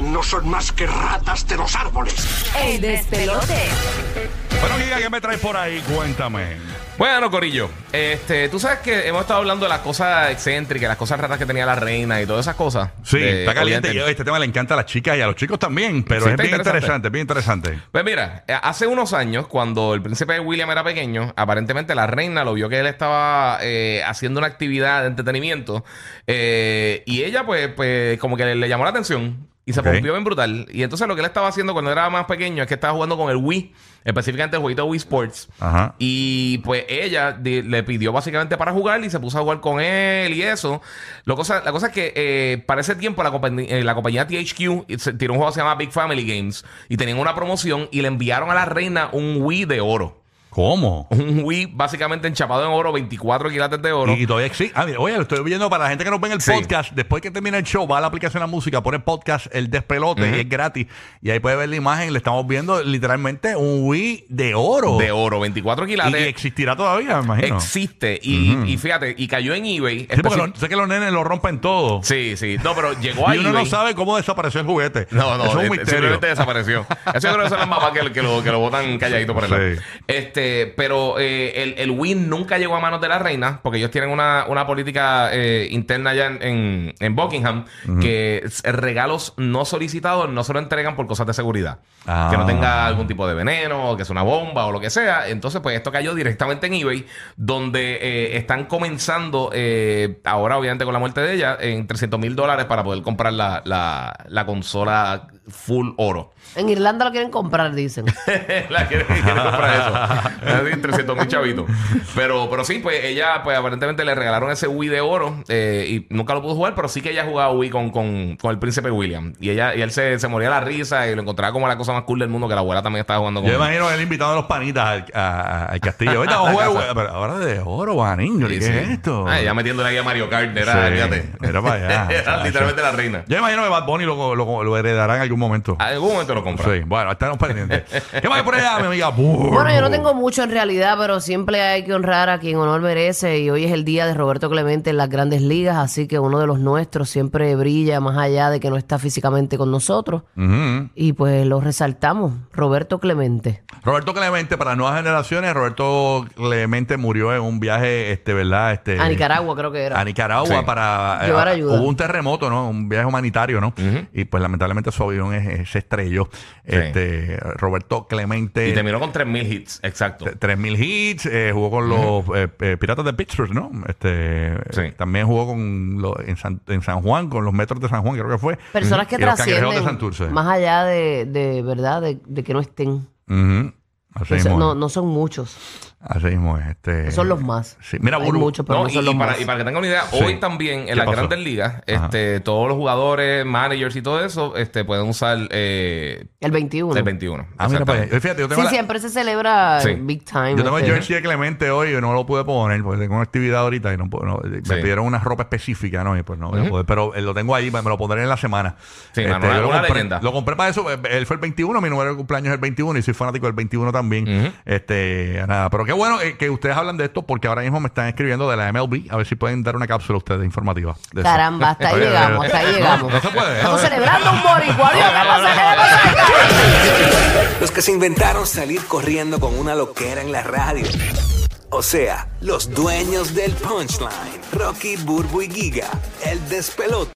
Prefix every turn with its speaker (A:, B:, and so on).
A: no son más que ratas de los árboles.
B: El despelote.
C: Bueno, Giga, ¿qué me traes por ahí? Cuéntame.
D: Bueno, Corillo, este, tú sabes que hemos estado hablando de las cosas excéntricas, las cosas ratas que tenía la reina y todas esas cosas.
C: Sí,
D: de
C: está caliente.
D: Oriente.
C: Y Este tema le encanta a las chicas y a los chicos también, pero
D: Sí,
C: es
D: está
C: bien interesante,
D: interesante.
C: bien interesante.
D: Pues mira, eh, hace unos años, cuando el príncipe William era pequeño, aparentemente la reina lo vio que él estaba eh, haciendo una actividad de entretenimiento eh, y ella pues, pues como que le, le llamó la atención y se
C: Ok.
D: rompió bien brutal. Y entonces lo que él estaba haciendo cuando era más pequeño es que estaba jugando con el Wii, específicamente el jueguito Wii Sports.
C: Ajá.
D: Y pues ella di- le pidió básicamente para jugar y se puso a jugar con él y eso. Lo cosa, la cosa es que eh, para ese tiempo la, compañ- eh, la compañía THQ eh, se- tiró un juego que se llama Big Family Games y tenían una promoción y le enviaron a la reina un Wii de oro.
C: ¿Cómo?
D: Un Wii básicamente enchapado en oro, 24 quilates de oro.
C: Y, y todavía existe. Ah, mira, oye, lo estoy viendo para la gente que nos ve en el
D: Sí.
C: podcast. Después que termina el show, va a la aplicación de la música, pone podcast, el despelote, y es gratis. Y ahí puede ver la imagen. Le estamos viendo literalmente un Wii de oro.
D: De oro, 24
C: Y,
D: quilates.
C: y existirá todavía, me imagino.
D: Existe. Y, y fíjate, y cayó en eBay.
C: Sí, porque
D: Especi-
C: lo- sé que los nenes lo rompen todo.
D: Sí, sí. No, pero llegó a
C: Y uno
D: eBay.
C: no sabe cómo desapareció el juguete.
D: No, no,
C: Eso es un
D: eh,
C: misterio.
D: simplemente desapareció. Eso yo creo que son las mamás que, que lo, que lo botan calladito por el lado.
C: Sí.
D: Este, pero eh, el, el win nunca llegó a manos de la reina, porque ellos tienen una, una política eh, interna allá en, en- en Buckingham, que s- regalos no solicitados no se lo entregan por cosas de seguridad.
C: Ah.
D: Que no tenga algún tipo de veneno, o que es una bomba o lo que sea. Entonces, pues esto cayó directamente en eBay, donde eh, están comenzando, eh, ahora obviamente con la muerte de ella, en 300 mil dólares para poder comprar la, la- la consola full oro.
B: En Irlanda lo quieren comprar, dicen.
D: la quiere, quiere comprar eso. Así, 300 mil chavitos. Pero, pero sí, pues ella, pues aparentemente le regalaron ese Wii de oro eh, y nunca lo pudo jugar, pero sí que ella jugaba Wii con, con, con el príncipe William. Y ella y él se, se moría de la risa y lo encontraba como la cosa más cool del mundo, que la abuela también estaba jugando con
C: Yo
D: él.
C: imagino él invitado a los panitas al, a- a- al castillo. Ahorita vamos a jugar, pero ahora de oro, niño. ¿Qué
D: Sí, sí.
C: es esto?
D: Ah, ya metiéndole ahí a Mario Kart, era,
C: Sí,
D: fíjate.
C: era para allá.
D: Era literalmente la reina.
C: Yo imagino que Bad Bunny lo, lo, lo heredará en algún momento.
D: Algún momento lo compra.
C: Sí, bueno, estamos pendientes. ¿Qué más hay por allá, mi amiga?
B: Bueno, yo no tengo mucho en realidad, pero siempre hay que honrar a quien honor merece. Y hoy es el día de Roberto Clemente en las grandes ligas, así que uno de los nuestros siempre brilla más allá de que no está físicamente con nosotros.
C: Ujú.
B: Y pues lo resaltamos, Roberto Clemente.
C: Roberto Clemente, para nuevas generaciones, Roberto Clemente murió en un viaje, este, ¿verdad? Este,
B: A Nicaragua creo que era.
C: A Nicaragua
D: Sí.
C: para
B: Llevar
C: eh,
B: ayuda.
C: Hubo un terremoto, ¿no? Un viaje humanitario, ¿no? Y pues lamentablemente su avión es- es- se estrelló.
D: Sí.
C: Este, Roberto Clemente.
D: Y terminó con 3.000 hits, exacto.
C: 3.000 hits, eh, jugó con los eh, eh, Piratas de Pittsburgh, ¿no? Este,
D: Sí.
C: eh, También jugó con los- en, San, en San Juan, con los Metros de San Juan, creo que fue.
B: Personas
C: Y
B: que
C: los Cangrejeros de
B: trascienden
C: Santurce.
B: más allá de, de verdad, de, de que no estén.
C: Ujú. Así
B: No son-
C: mismo
B: no,
C: es.
B: no son muchos,
C: Así mismo es. Este,
B: son los más.
C: Sí. Mira,
B: Hay
C: Buru.
B: muchos, pero
D: No,
B: no
D: y,
B: son
D: y
B: los
D: para,
B: más.
D: y para que tengan una idea,
C: Sí.
D: hoy también
C: ¿Qué
D: en las
C: pasó?
D: grandes ligas,
C: Ajá.
D: este, todos los jugadores, managers y todo eso, este, pueden usar eh,
B: El 21.
D: el 21.
C: Ah, mira, para allá.
D: Exactamente.
C: Fíjate, yo tengo
B: Sí,
C: la-
B: siempre se celebra
D: Sí.
B: Big Time.
C: Yo tengo el
B: este.
C: jersey de Clemente hoy, y no lo pude poner porque tengo una actividad ahorita y no, puedo- no- me
D: Sí.
C: pidieron una ropa específica, ¿no? Y pues no voy a poder, pero eh, lo tengo ahí, me me lo pondré en la semana. Este,
D: Sí, mano, una-
C: lo,
D: una
C: compré,
D: leyenda.
C: lo compré para eso, eh, él fue el 21, mi número de cumpleaños es el 21 y soy fanático del 21 también. Este, nada, pero qué bueno eh, que ustedes hablan de esto porque ahora mismo me están escribiendo de la MLB, a ver si pueden dar una cápsula ustedes informativa. de eso.
B: Caramba, hasta ahí
C: Oye, eh,
B: llegamos, hasta ahí
C: no,
B: llegamos.
C: No se puede. eh.
B: Estamos celebrando un boricua. Dios, ¿qué pasa? ¿Qué pasa?
E: Los que se inventaron salir corriendo con una loquera en la radio. O sea, los dueños del punchline. Rocky, Burbu y Giga. El despelote.